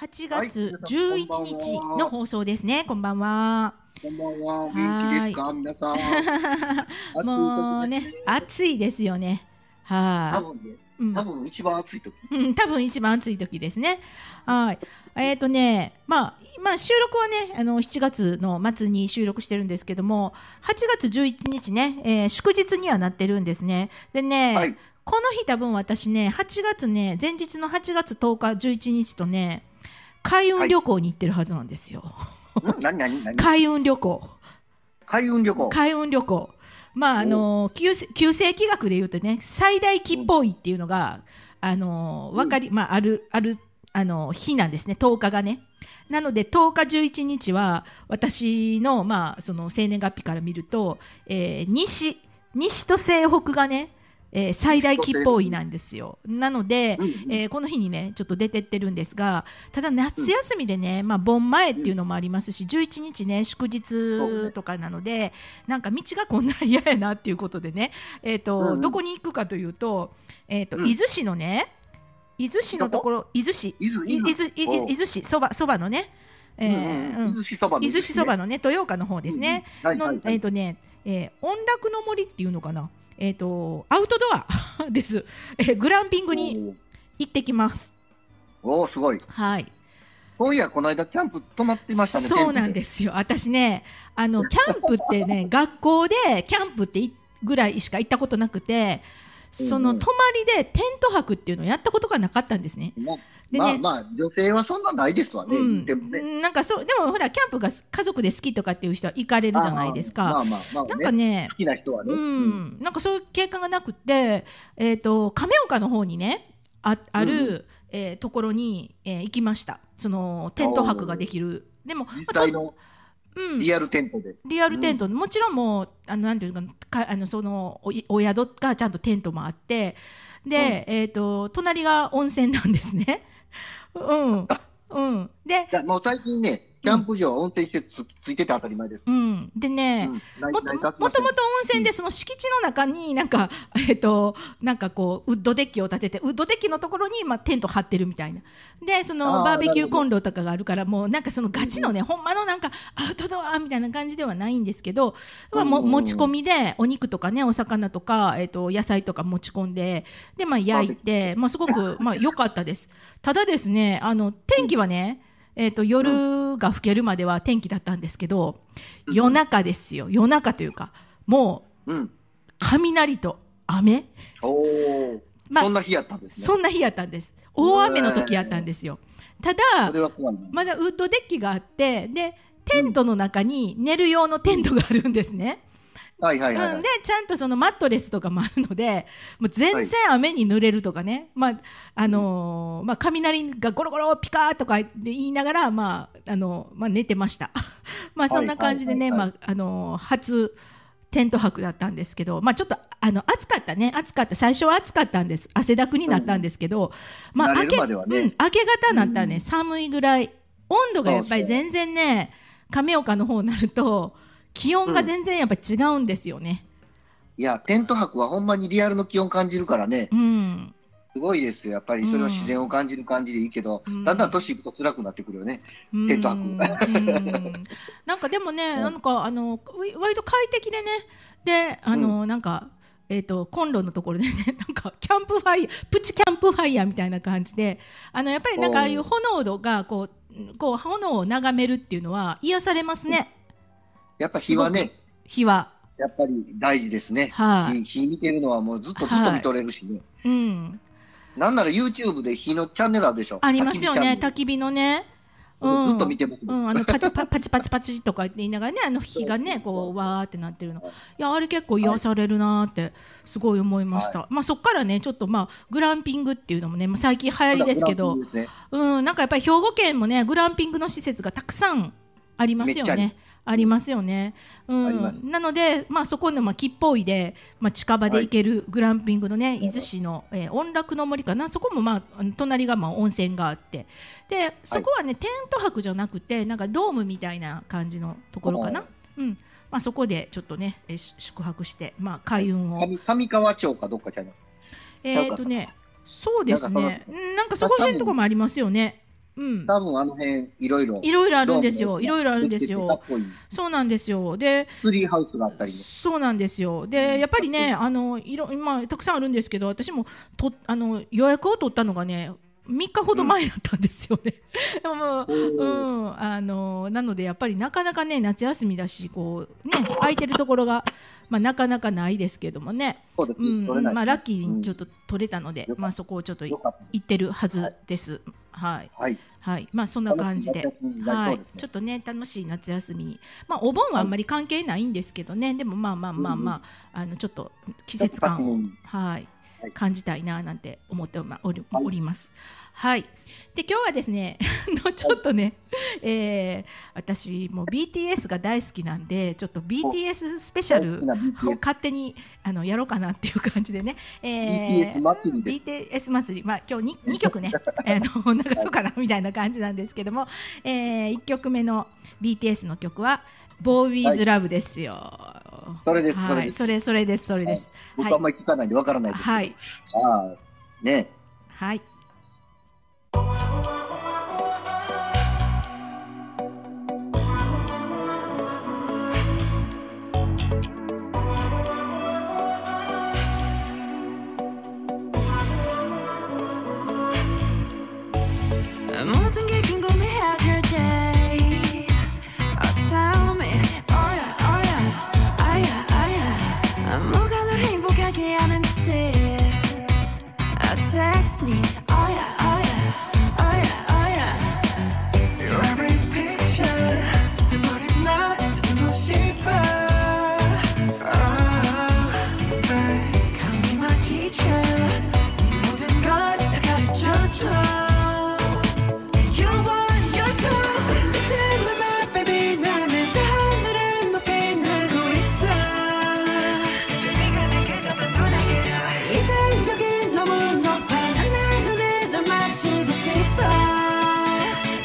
8月11日の放送ですね。こんばんは。こんばんは、お元気ですか、皆さん。 もうね、暑いですよね。多は分ね、い、うん多分一番暑い時。うん、多分一番暑い時ですね。はい。えっ、とね、まあ、今収録はね、あの7月の末に収録してるんですけども、8月11日ね、えー祝日にはなってるんですね。でね、はいこの日多分私ね、8月ね、前日の8月10日、11日とね、海運旅行に行ってるはずなんですよ。ん何何何海運旅行。海運旅行。海運旅行。まあ、あの旧世旧世紀学で言うとね最大吉報位っていうのが、あのわかり、まあ、あるあるあの日なんですね10日がね。なので10日11日は私の,、まあその生年月日から見ると、えー西西と西北がね、えー最大吉報位なんですよ。なので、うんうんえーこの日にねちょっと出てってるんですがただ夏休みでね、まあ、盆前っていうのもありますし11日ね祝日とかなのでなんか道がこんな嫌やなっていうことでね、えーとうんうんどこに行くかというと,、えーとうん伊豆市のね伊豆市のところ伊豆市伊豆い伊豆いおう伊豆市そばそばのね、えーうんうんうん伊豆市そばの伊豆市そばののね豊岡の方ですね。。うんうんはのいはえっ、いはい。とね、えー音楽の森っていうのかな、えっ、とアウトドアです、えーグランピングに行ってきます。おおすごい。はい。そういやこの間キャンプ泊まってましたね。。そうなんですすよ。私ね、あ のキャンプってね、学校でキャンプっていぐらいしか行ったことなくて、そうんのうん泊まりでテント泊っていうのをやったことがなかったんですね。まあでねまあまあ女性はそんなないですわね。うんでもねなんかそうでもほらキャンプが家族で好きとかっていう人は行かれるじゃないですまか。あまあまあなんねかね好、きな人はね。う。ん、なんかそういう経過がなくって、えー、と亀岡の方にねあある、うんうえーところに、えー行きましたそのテント泊ができるでも、ま実あ際とのうん、リアル店舗で。リアルテント、もちろんもうあのなんていうのかかあのそのおお宿がちゃんとテントもあってで、えー、と隣が温泉なんですね。うんあうん、で、いやもう最近ねキャンプ場は温泉施設つついてて当たり前ですう。ん、でね、もともともと温泉でその敷地の中になんか、 えっとなんかこうウッドデッキを立ててウッドデッキのところにまあテント張ってるみたいなでそのあーバーベキュなるーほどコンロとかがあるからもうなんかそのガチのね、ほんまのなんかアウトドアみたいな感じではないんですけど、まあもうんうんうん持ち込みでお肉とかねお魚とか、えっと野菜とか持ち込んででまあ焼いて、まあ、すごくまあ良かったですただですねあの天気はね、えっと夜が更けるまでは天気だったんですけどうん夜中ですよ夜中というかもううん。雷と雨、おお。まあそんな日やったんですね。そんな日やったんです大雨の時やったんですよたそれだは怖いな。まだウッドデッキがあってでテントの中に寝る用のテントがあるんですね、はいはいはいはうん、いで。ちゃんとそのマットレスとかもあるのでもう全はい然雨に濡れるとかね、まああのーまあ、雷がゴロゴロピカーとかで言いながら、まああのまあ、寝てました まあそんな感じでね、はいはいまああのー初テント泊だったんですけど、まあ、ちょっとあの暑かったね暑かった最初は暑かったんです汗だくになったんですけど、まあ慣れ明けるまではねうん、明け方になったらね、うん寒いぐらい温度がやっぱりそうそう全然ね亀岡の方になると気温が全然やっぱ違うんですよね。いや、テント泊はほんまにリアルの気温感じるからね、うん、すごいですよ。やっぱりそれは自然を感じる感じでいいけど、うんだんだん年いくと辛くなってくるよね。うんテント泊うんなんかでもね、うんなんかあのわ割と快適でね、であの、なんか。えー、とコンロのところでね なんかキャンプファイヤープチキャンプファイヤーみたいな感じであのやっぱりなんかああいうお炎がこうこう炎を眺めるっていうのは癒されますねやっぱ日はすごね、日はやっぱり大事ですね。はい、日日見てるのはもうずっとずっと見とれるしね。うん、なんなら YouTube で日のチャンネルあるでしょ。ありますよね焚焚き火のねき火チャンネルずっと見てますうもん。ん、あのパチパパチパチパチとかって言いながらねあの火がねこうわーってなってるのいやあれ結構癒されるなーってすごい思いました、まあそっからねちょっとまあグランピングっていうのもね、まあ、最近流行りですけどグランピングですねうんなんかやっぱり兵庫県もねグランピングの施設がたくさんありますよめっちゃあねるありますよね、うありますん、なので、まあ、そこの、まあ、吉報位で、まあ、近場で行けるグランピングのね、伊豆市の、えー音楽の森かなそこも、まああの、隣が、まあ、温泉があってでそこはね、テント泊じゃなくてなんかドームみたいな感じのところかな、うんまあ、そこでちょっとね、えーし宿泊して、まあ、開運を。上上川町かどっかちゃいます。えー、とねそうですねなんかうんなんかそこら辺とかもありますよね。うん、多分あの辺、いろいろ。いろいろあるんですどうよもいろいろあるんですよ。そうなんですよでツリーハウスがあったりね。そうなんですよでやっぱりねあのいろ、まあ、たくさんあるんですけど私もとあの予約を取ったのがね3日ほど前だったんですよね。 でももううん、あのなのでやっぱりなかなかね夏休みだしこう、ね、空いてるところが、まあ、なかなかないですけどもね、そうですうねん取れないまあ、ラッキーにちょっと。と取れたので、うんまあ、そこをちょっとうん行よかったってるはずです。はい、はい。はいまあ、そんな感じで楽しい夏休みになはいりそうですねちょっとね楽しい夏休みに、まあ、お盆はあんまり関係ないんですけどねでもまあまあまあまあ,、あのちょっと季節感をうんはいはい感じたいななんて思っておまおりおります。はい、で今日はです ねあのちょっとね、えー私もう BTS が大好きなんでちょっと BTS スペシャ大ルきなを BTS。勝手にあのやろうかなっていう感じでね、えー BTS 祭りです。 BTS 祭り、まあ今日 2, 2曲 ねあの流そうかなみたいな感じなんですけども、え1曲目の BTS の曲は「ボーイ w ズラブですよ。それですそれはい、ですそれそれですそれです。僕あんまり聞かないんでわからないですけど。はいああ、ね。はい。 모든 게 궁금해하실 때 Oh tell me 어야 어야 아야 아야 뭐가 널 행복하게 하는지 Oh, Text me 어야 어야 어야 어야 Your every picture 내 머릿말 듣고 싶어 Oh, babe Come be my teacher 네 모든 걸 다 가르쳐줘 You're one, you're two Listen to my baby 나는 저 하늘을 높이 날고 있어 근데 네가 내게 전부 보내게 이제 여기 너무 높아 난내 눈에 널 맞추고 싶어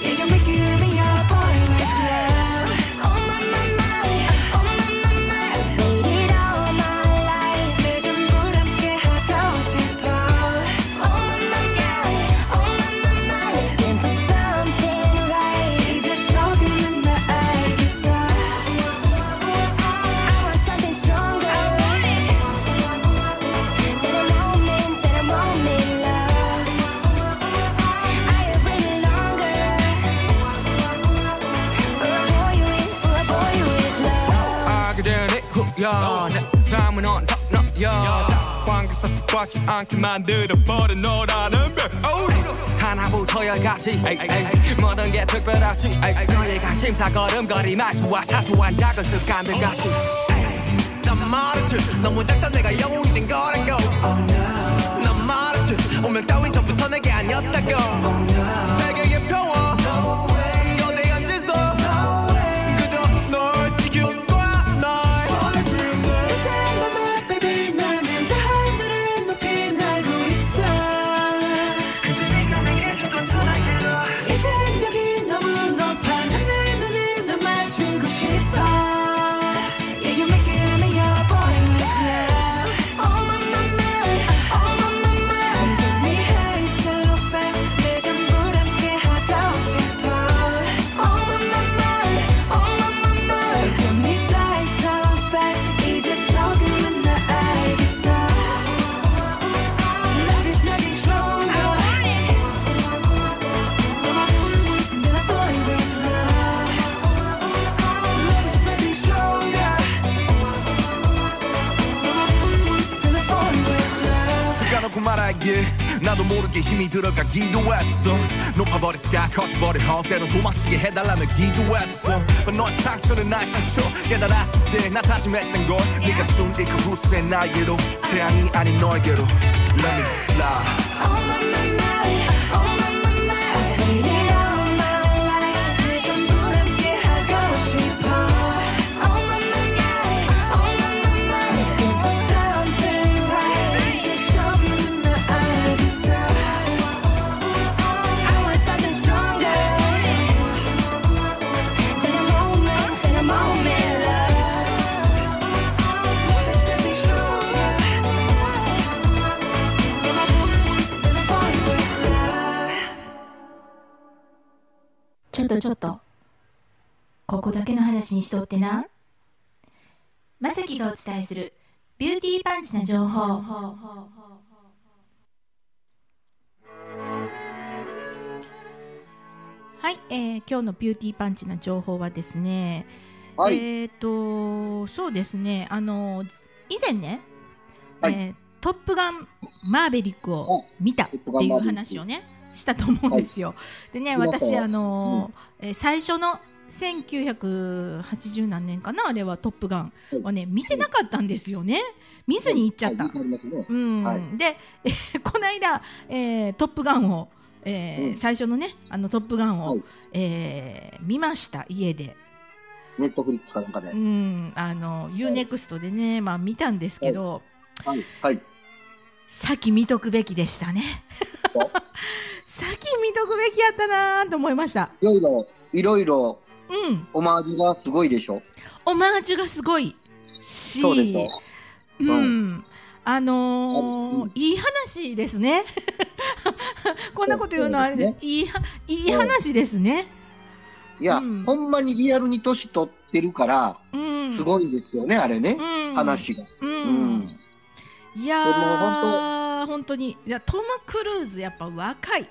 Yeah, you make you be your boy right now. Oh my my my, oh my my my, I need it all my life. 내 전부 함께 하고 싶어. Oh my my my, oh my my my, looking for something right. 이제 조금은 나 알겠어. I want something stronger. That I'm all in, that I'm all in love. I have waited longer for a boy with, for a boy with love. 아그대의 후연 내 삶은 언덕너여 사관계사 습관치 않게 만들어버린 너라는 백 하나부터 열까지 에이, 에이. 모든 게 특별하지 에이. 너희가 심사걸음거리 말투와 사소한 작은 습관들 같이 에이. 난 말했지 너무 작다 내가 영웅이 된 거라고 난 말했지 운명 따윈 전부터 내게 아니었다고 세계의 평화 연애 안 질서 그저 널 지켜봐 널 이젠 맘에 baby 나는 저 하늘을 높이 날고 있어. 그저 네가 내게 조금 편하게 둬. 이젠 여기 너무 높아 난내 눈을 널 맞추고 싶어. Yeah, you make it me your boy right now. Oh my my my, oh my my my, you me high so fast. 내 전부 함께 하고 싶어. Oh my my my, oh my my my, you me fly so fast. 이제 조금은 나 알겠어. Love is nothing stronger. 너만 보이고 있어, 내가 보이고 있어. Love is nothing stronger. 너만 보이고 있어, 내가 보이고 있어. 까놓고 말하길 나도 모르게 힘이 들어가기도 했어 높아버린 sky 커져버린 헛 때론 도망치게 해달라며 기도했어 But 너의 상처는 나의 상처 깨달았을 때 나 다짐했던 걸 네가 준이그 후세 나에게로 태양이 아닌 너에게로 Let me fly Oh my my my, oh my my my, I've waited all my life. 내 전부 함께 하고 싶어. Oh my my my, oh my my my, looking for something right. 이제 조금은 나 알겠어. I want something stronger. Than a moment, than a moment love. Love is nothing stronger. Then I pull you in, then ちょっとちょっと。ここだけの話にしとってな。まさきがお伝えするビューティーパンチな情報。はい、えー今日のビューティーパンチな情報はですね、はい。えっ、とそうですねあの以前ね、はいえートップガンマーベリック」を見たってトップガンいマーうヴェリック話をねしたと思うんですよ。でね私あの、えー最初の1980何年かなあれは「トップガン」をね見てなかったんですよね見ずに行っちゃった。はい見てありますうねんはいで、え ーこの間、えートップガン」を、えーうん最初のね「あのトップガンを」はいえー見ました家で。ネットフリックスかなんかで。うん、あの UNEXT でね、まあ、見たんですけど、はい。はい。先見とくべきでしたねお。 先見とくべきやったなーと思いました。いろいろ、いろいろ、うん、オマージュがすごいでしょ。オマージュがすごいし、そうでしょ。うん、うあのーうんいい話ですね。 こんなこと言うのはあれです。そういいはいい話ですね。いや、うんほんまにリアルに年取ってるから、うん、すごいですよね、あれねう。ん、話が。う。うんん。いやでもー本当にいやトム・クルーズやっぱ若い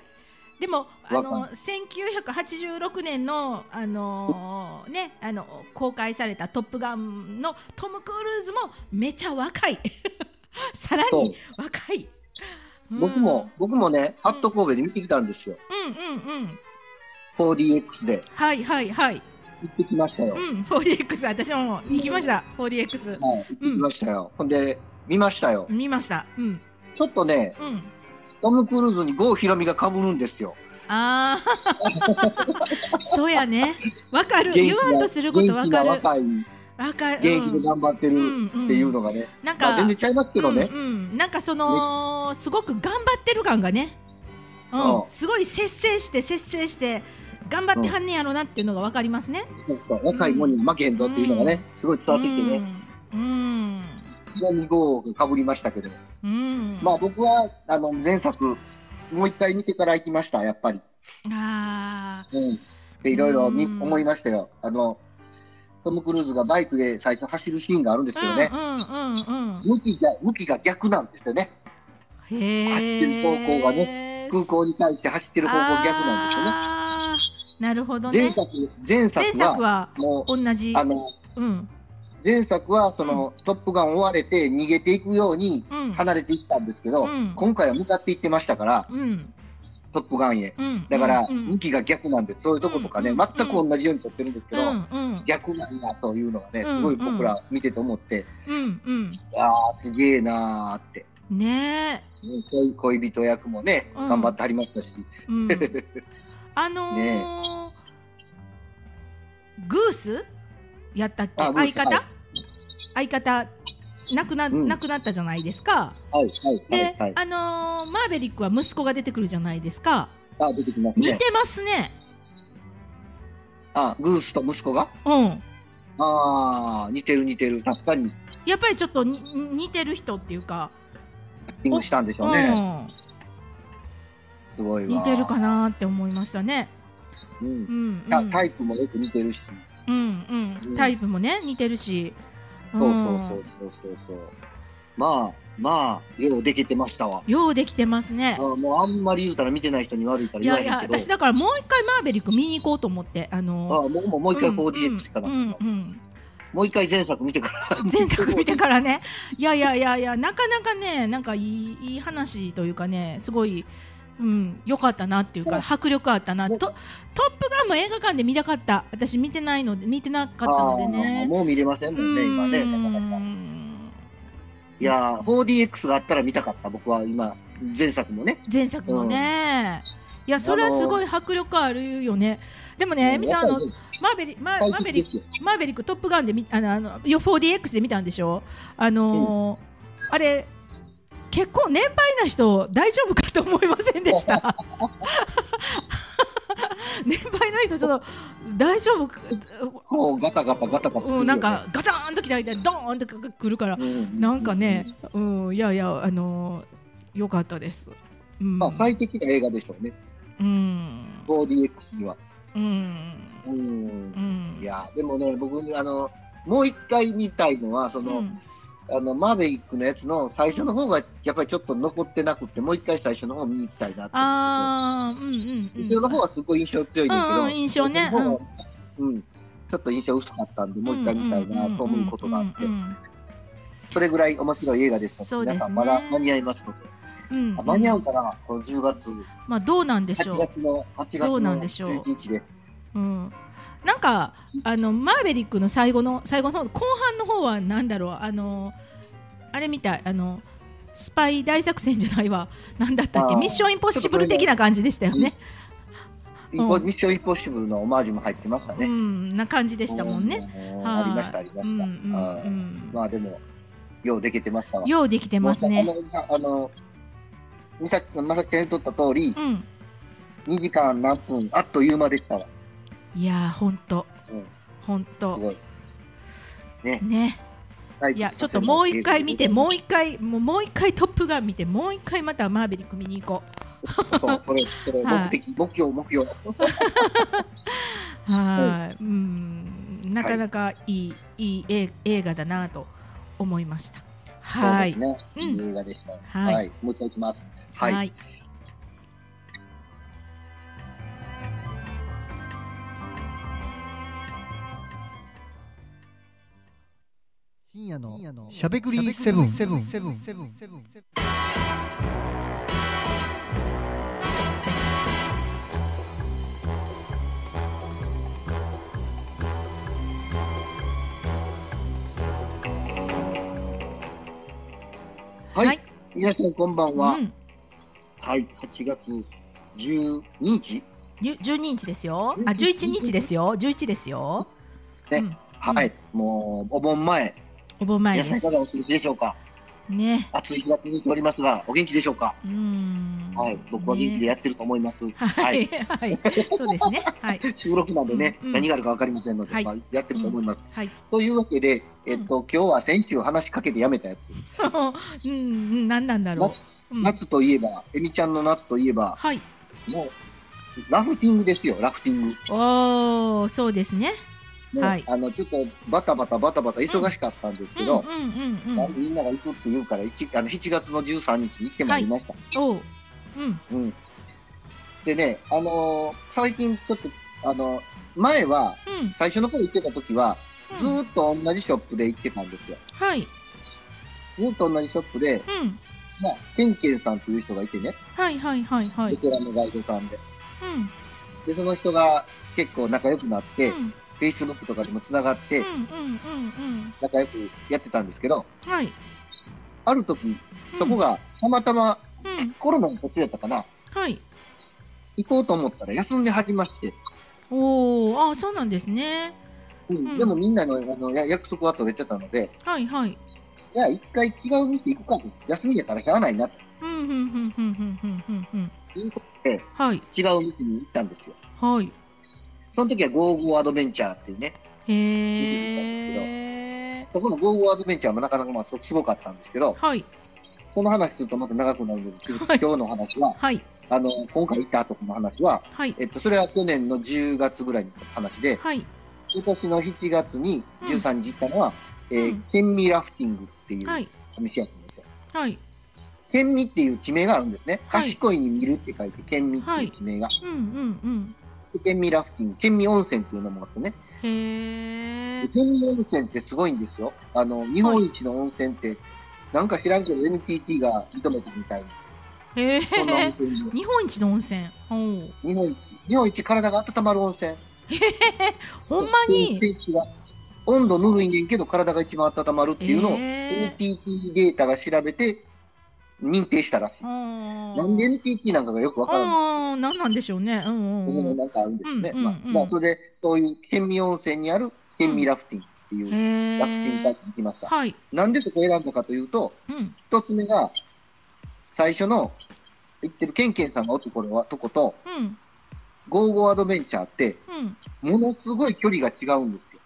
でもあの若1986年のあのーねあの公開された「トップガン」のトム・クルーズもめちゃ若い さらそうに。若い、うん僕も、僕もね、ハット神戸で見てきたんですよ。うんうんうん 4DX ではいはいはい行ってきましたよ。うはい、ん 4DX 私も行きました 4DX 行ってきましたよ。ほんで、見ましたよ。見ましたうんちょっとね、うんトム・クルーズに郷ひろみが被るんですよ。ああ、 そうやね。わかる。言わんとすることわかる。元気な若い、わかる。元気で頑張ってるっていうのがね、うんなんまあ、か、全然ちゃいますけどね、うんうん、なんかその、すごく頑張ってる感がね、うんう、んすごい節制して節制して頑張ってはんねやろなっていうのがわかりますね。なんか若いもんに負けへんぞっていうのがね、すごい伝わってきてね、うん、非常に郷が被りましたけど、うん、まあ僕はあの前作、もう一回見てから行きました、やっぱり。あうん、でいろいろみうん思いましたよあの、トム・クルーズがバイクで最初走るシーンがあるんですあ、けどね、うんうんうんうん、向きが向きが逆なんですよね、へえ。発展方向がね空港に対して走ってる方向逆なんあーなるほどですよねね。。前作前前作作ははもう同じ。あのうん前作はその、トップガンを追われて逃げていくようにうん離れていったんですけど、うん今回は向かっていってましたから、うんトップガンへ。うん。だから、うん向きが逆なんで、そういうとことかね、うん全く同じように撮ってるんですけうど、んうん逆なんだというのがね、うんすごい僕ら見てて思って、うんうんああ、すげえなーって、ねうん恋恋人役もね、うん頑張ってはりましたし、え、 うん、あのーグースやったっけあグー相ス方、はい相方亡くな、うん亡くなったじゃないですかはいはいで、はい、はい、あのーマーベリックは息子が出てくるじゃないですかあ出てきます似ね。てますねあグースと息子が、うんああ、似てる似てる、確かに、やっぱりちょっとにに似てる人っていうか、ピングしたんでしょうね、すごいうん、わ。似てるかなーって思いましたねうんうんうたんタイプもよく似てるし、うんう、うんんタイプもね似てるし、そうそうそうそうそうそう。まあまあようできてましたわ。うんようできてますねあ。もうあんまり言うたら見てない人に悪いからい言わやへいんやけど。私だからもう一回マーベリック見に行こうと思ってああのもうもうもう一回 4DX かな、うんうん うんもう一回前作見てからうん、前作見てからねいやいやいやいやなかなかねなんかいいいい話というかねすごい。うん、良かったなっていうかうん迫力あったなと「トップガン」も映画館で見たかった私見てないので見てなかったのであーねもう見れませんうもんね今ねなかなかんいやー 4DX があったら見たかった僕は今前作もね前作もね、いやそれはすごい迫力あるよねでもねえみさんあのマーベリママーベリッククマーベリックトップガンで見あのあのよ 4DX で見たんでしょあのーあれ結構年配な人大丈夫かと思いませんでした 年配の人ちょっと大丈夫かこうガタガタガタガタ、うん、なんかガターンときたいてドーンとくるからううなんかね、うん、いやいやあのー、よかったです、うんまあ最適な映画でしょうねうん 4DX にはううんうんう。んいや、でもね、僕、あの、もう一回見たいのは、その、うんあの、マーヴェリックのやつの最初の方が、やっぱりちょっと残ってなくて、もう一回最初の方見に行きたいなって。あーうんうんうん後ろの方はすごい印象強いんだけど、うんうん印象ね最初の方はうん。ちょっと印象薄かったんで、もう一回見たいなと思うことがあってうんう、んそれぐらい面白い映画ですそのうで、ですね皆さんまだ間に合いますのうで、んうんあ間に合うかな、この10月、まあどうなんでしょ8う、月の、8月どうなんのでしょう11日です。うん、なんかあのマーベリックの最後の最後の方後半の方はなんだろうあのあれみたいあのスパイ大作戦じゃないわなんだったっけあーミッションインポッシブル的な感じでしたよねインポうんミッションインポッシブルのオマージュも入ってましたうね。んな感じでしたもんねうんはいありました、ありまうんしうた。んはういんまあでも、ようできてましたわ。ようできてますねもうさあの、あの、みさき、まさきちゃんにとった通り、うん2時間何分、あっという間でしたわ。いやーほんとうんほんすとごい。ね、ねいやちょっともう一回見てもう一回もうもう一回トップガン見てもう一回またマーベリック見に行こそうこれ、これ、はい目的、目標、目標。うはいうんなかなかいい、い、い映映画だなと思いましたはいそうですね。うんいい映画でした。はいはい。もう一回いきます。はい。はい深夜のしゃべくりセブンセブンセブンセブンはい。はい皆さん、こんばんは。うんはい。8月12日ゆ12日ですよあ11日ですよ11ですよねうんはい。もう、お盆前。お盆前皆でさん、すいかがお過ごしでしょうかね暑い日が続いておりますが、お元気でしょうかうーんはい。僕は元気でねやってると思います。ははいい。はいそうですねはい収録なんでね、うんうん何があるかわかりませんので、はいまあやってると思います。はい というわけで、えっと、今日は先週話しかけてやめたやつ。うんうん何なんだろううん夏といえば、エミちゃんの夏といえば、はいもう、ラフティングですよ、ラフティング。おーそうですねもうはいあの、ちょっとバタバタバタバタ忙しかったんですうけんど、うんうんうなんんでみんなが行くって言うから、一あの7月の13日に行ってまいりました。おううんうん。でね、あのー最近ちょっと、あの前は、うん最初の頃行ってた時は、ずうんーっと同じショップで行ってたんですよ。はいずーっと同じショップで、うんまあ、ケンケンさんという人がいてね、はいはいはいはベいテランのガイドさんで。うんで、その人が結構仲良くなうって、ん Facebook とかでも繋がってうん、うんうん仲良くやってたんですけど、うんはいある時、うんそこがたまたまうんコロナの途中やったかな、はい行こうと思ったら休んではりまして、おーあーそうなんですねうんうんでもみんなのあのや約束は取れてたので、はいはいじゃあ一回違う店行くかと、休みやからしゃあないなとうんうんうんうんうんうんうんうんいうことで、はい違う店に行ったんですよ。はいその時はゴーゴーアドベンチャーっていうね、へえそこのゴーゴーアドベンチャーもなかなかまあそすごかったんですけど、はいその話するとまた長くなるのですけど、はい今日の話は、はいあの、今回行った後の話は、はいえっと、それは去年の10月ぐらいの話で、はい今年の7月にうん13日行ったのは、えうんー、ケンミラフティングっていうはいお店やったんですよ。はいケンミっていう地名があるんですね。はい賢いに見るって書いて、ケンミっていう地名が。うんうんうんでケンミラフティング、ケンミ温泉っていうのもあってね。へえでケンミ温泉ってすごいんですよ。あの、日本一の温泉って、なんか知らんけど NTT が認めたみたいな。へそんな温え泉で 日本一の温泉ほう日本一、日本一体が温まる温泉。ほんまに水滴が温度ぬるいねんけど体が一番温まるっていうのをえ NTT データが調べて認定したらしい。ななんで NTT なんかがよくわからない。ああ、なんなんでしょうね。うんここうんうもん。なんかあるんですね。うんうんまあうんまあ、それで、そういう県民温泉にある県民ラフティングっていう、ラフティングへえ会に。行きました。はい。なんでそこ選んだかというと、うん。一つ目が、最初の、言ってるケンケンさんがおるところは、とこと、うん。ゴーゴーアドベンチャーって、うん。ものすごい距離が違うんですよ。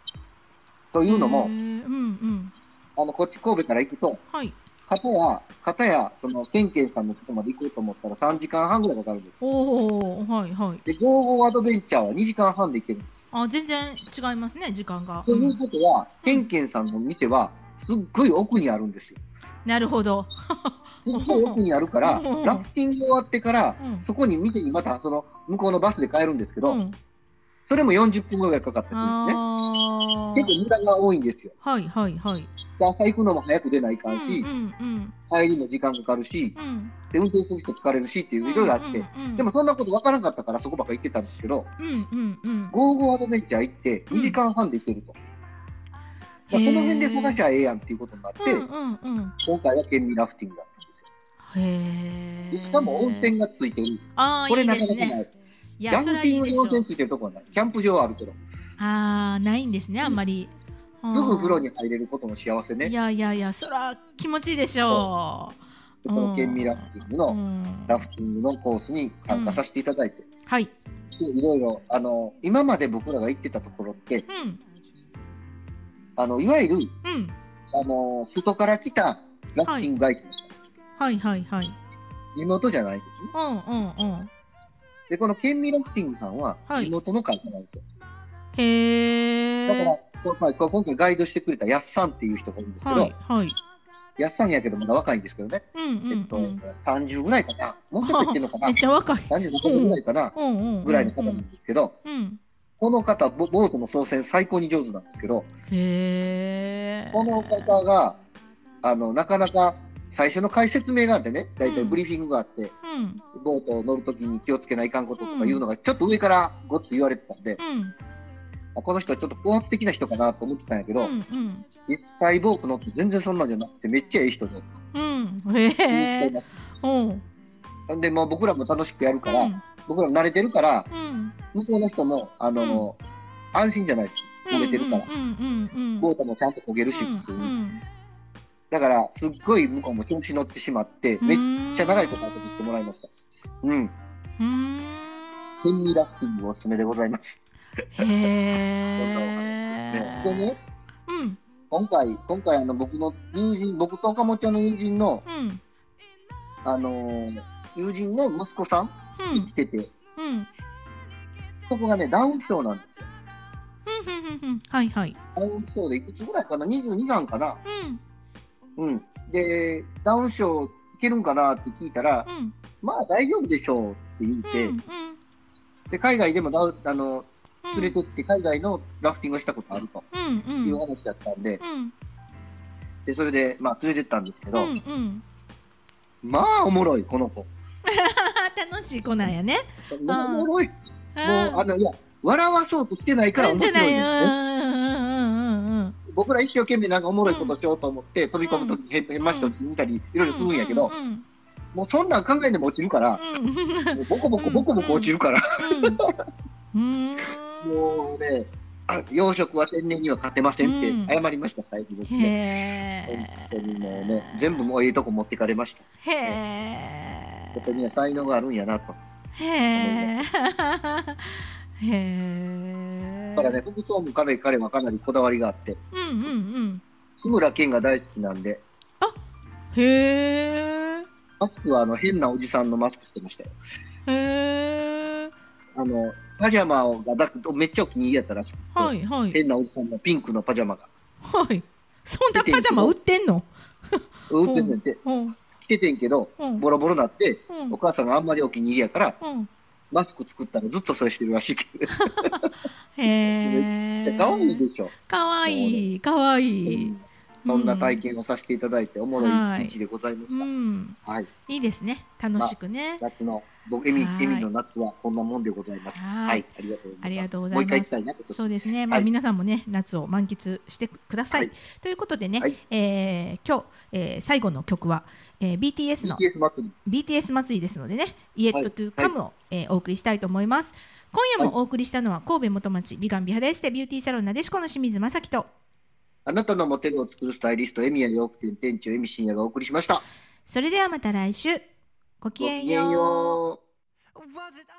とというのもう、んうん。あの、こっち神戸から行くと、はい。片や、片や、その、ケンケンさんのとこまで行こうと思ったら3時間半ぐらいかかるんです。おおはいはいで、ゴーゴーアドベンチャーは2時間半で行けるんです。あ全然違いますね時間が、といううんことは、ケンケンさんの店は、すっごい奥にあるんですよ。なるほど、すっごい奥にあるから、ラうんッピング終わってからう、んそこに店にまたその向こうのバスで帰るんですけうど、ん、それも40分ぐらいかかってくるんですね。あ結構無駄が多いんですよ。あはいはいはいで朝行くのも早く出ないかうんんし、うんうん帰りも時間かかるし、うんで運転する人疲れるしっていういろいろあって、うんうん、でもそんなことわからんかったからそこばっか行ってたんですけど、うんうんうんゴーゴーアドベンチャー行ってうん2時間半で行けると。へーこの辺で探しゃええやんっていうことになって、うんうんうん今回は県民ラフティングだったへんですよ。えしかも温泉がついてる。ああこれいいなでかなすかない。ねいキャやンそプれはテいィンいグでしょに温泉ついてるとこはない。キャンプ場はあるけど、ああないんですねあんまり、うんすぐ風呂に入れることも幸せいね。やいやいやそら気持ちいいでしょうこの県民ラフティングの、うんラフティングのコースに参加させていただいて、はいでいろいろあの今まで僕らが行ってたところってうんあのいわゆるうんあの外から来たラフティングガイドです、はいはいはい地元じゃないんですねうんうんうんでこの県民ラフティングさんははい地元の会社なんですよ、へえだからこまあこ今回ガイドしてくれたやっさんっていう人がいるんですけど、はいはいやっさんやけどまだ若いんですけどね、うんうん、うんえっと、30ぐらいかなもうちょっといってるのかなめっちゃ若い35ぐらいかな、うんうんうんぐらいの方なんですけど、うんこの方ボボートの操船最高に上手なんですけどへえこの方が、あの、なかなか最初の解説明があってね、大体ブリーフィングがあって、うんボートを乗るときに気をつけないかんこととかいうのが、ちょっと上からごっつ言われてたんで、うんあこの人はちょっと高圧的な人かなと思ってたんやけうど、んうん実際ボート乗って全然そんなんじゃなくて、めっちゃええ人で。うんへえうんうんほんで、もう僕らも楽しくやるうから、ん僕らも慣れてるから、うん向こうの人も、あの、安心じゃないし、う乗れてるから。んうんうんボートもちゃんと焦げるし、うんうんだから、すっごい向こうも調子乗ってしまって、めっめっちゃ長いこと遊びしてもらいました。うん。うーんヘンリーラフティングおすすめでございます。へえね、でね、うん今回、今回あの僕の友人、僕と岡本ちゃんの友人の、うんあのー友人の息子さんう生きんてて、うんそこがね、ダウン症なんですよ。うんうんうんうんはいはい。ダウン症でいくつぐらいかな ?22 なんかなうんうん。で、ダウン症いけるんかなって聞いたら、うんまあ大丈夫でしょうってうんう言って、んで、海外でもダウあの、うん連れてって海外のラフティングをしたことあるとうんうんいう話だったんで、うんで、それで、まあ連れてったんですけうど、んうん。まあおもろい、この子。あ楽しい子なんやね。おもろい。もうう、んあの、いや、笑わそうとしてないからうん面じゃ白ないいんうでんすうね。んうんうん僕ら一生懸命なんかおもろいことしようと思って、飛び込むとき、変変ま人見たり、いろいろするんやけどう、んもうそんなん考えでも落ちるから、うんうんもうボコボコボコボコ落ちるから、うん。もうね、あ養殖は天然には勝てませんって謝りました、最後僕へね。え。本当にもうね、全部もういいとこ持ってかれました。へえ。ここには才能があるんやなと。へえ。へえ。だからね、服装もかなり彼はかなりこだわりがあって、うんうんうん。志村けんが大好きなんで、へえ。マスクはあの変なおじさんのマスクしてましたよ。へえ。あの、パジャマがだめっちゃお気に入りやったらしくて、はいはい変なおじさんのピンクのパジャマが、はい。そんなパジャマ売ってんの？売ってんねんて、うん着ててんけど、うんボロボロなって、うんお母さんがあんまりお気に入りやから、うん。マスク作ったらずっとそれしてるらしいけど、へえ。可愛いでしょ。かわいい、かわいい。そんな体験をさせていただいて、おもろい一日でございまうしん。た。はい。いいですね。楽しくね。夏の、僕、エミ、はいエミの夏はこんなもんでございます。はいはい。ありがとうございます。ありがとうございますもう一回行きたいな、今年そうですね。まあ、はい皆さんもね、夏を満喫してください。はということでね、はいえー今日、えー最後の曲は、えー BTS の BTS 祭り。 BTS 祭りですのでね、イエットトゥはカいムを、えーお送りしたいと思います。今夜もお送りしたのは神戸元町美顔美肌エステビューティーサロンなでしこの清水正樹と。あなたのモテルを作るスタイリスト、エミヤ洋服店店長、エミ深夜がお送りしました。それではまた来週。ごきごげきんげんよう。よう。 Was it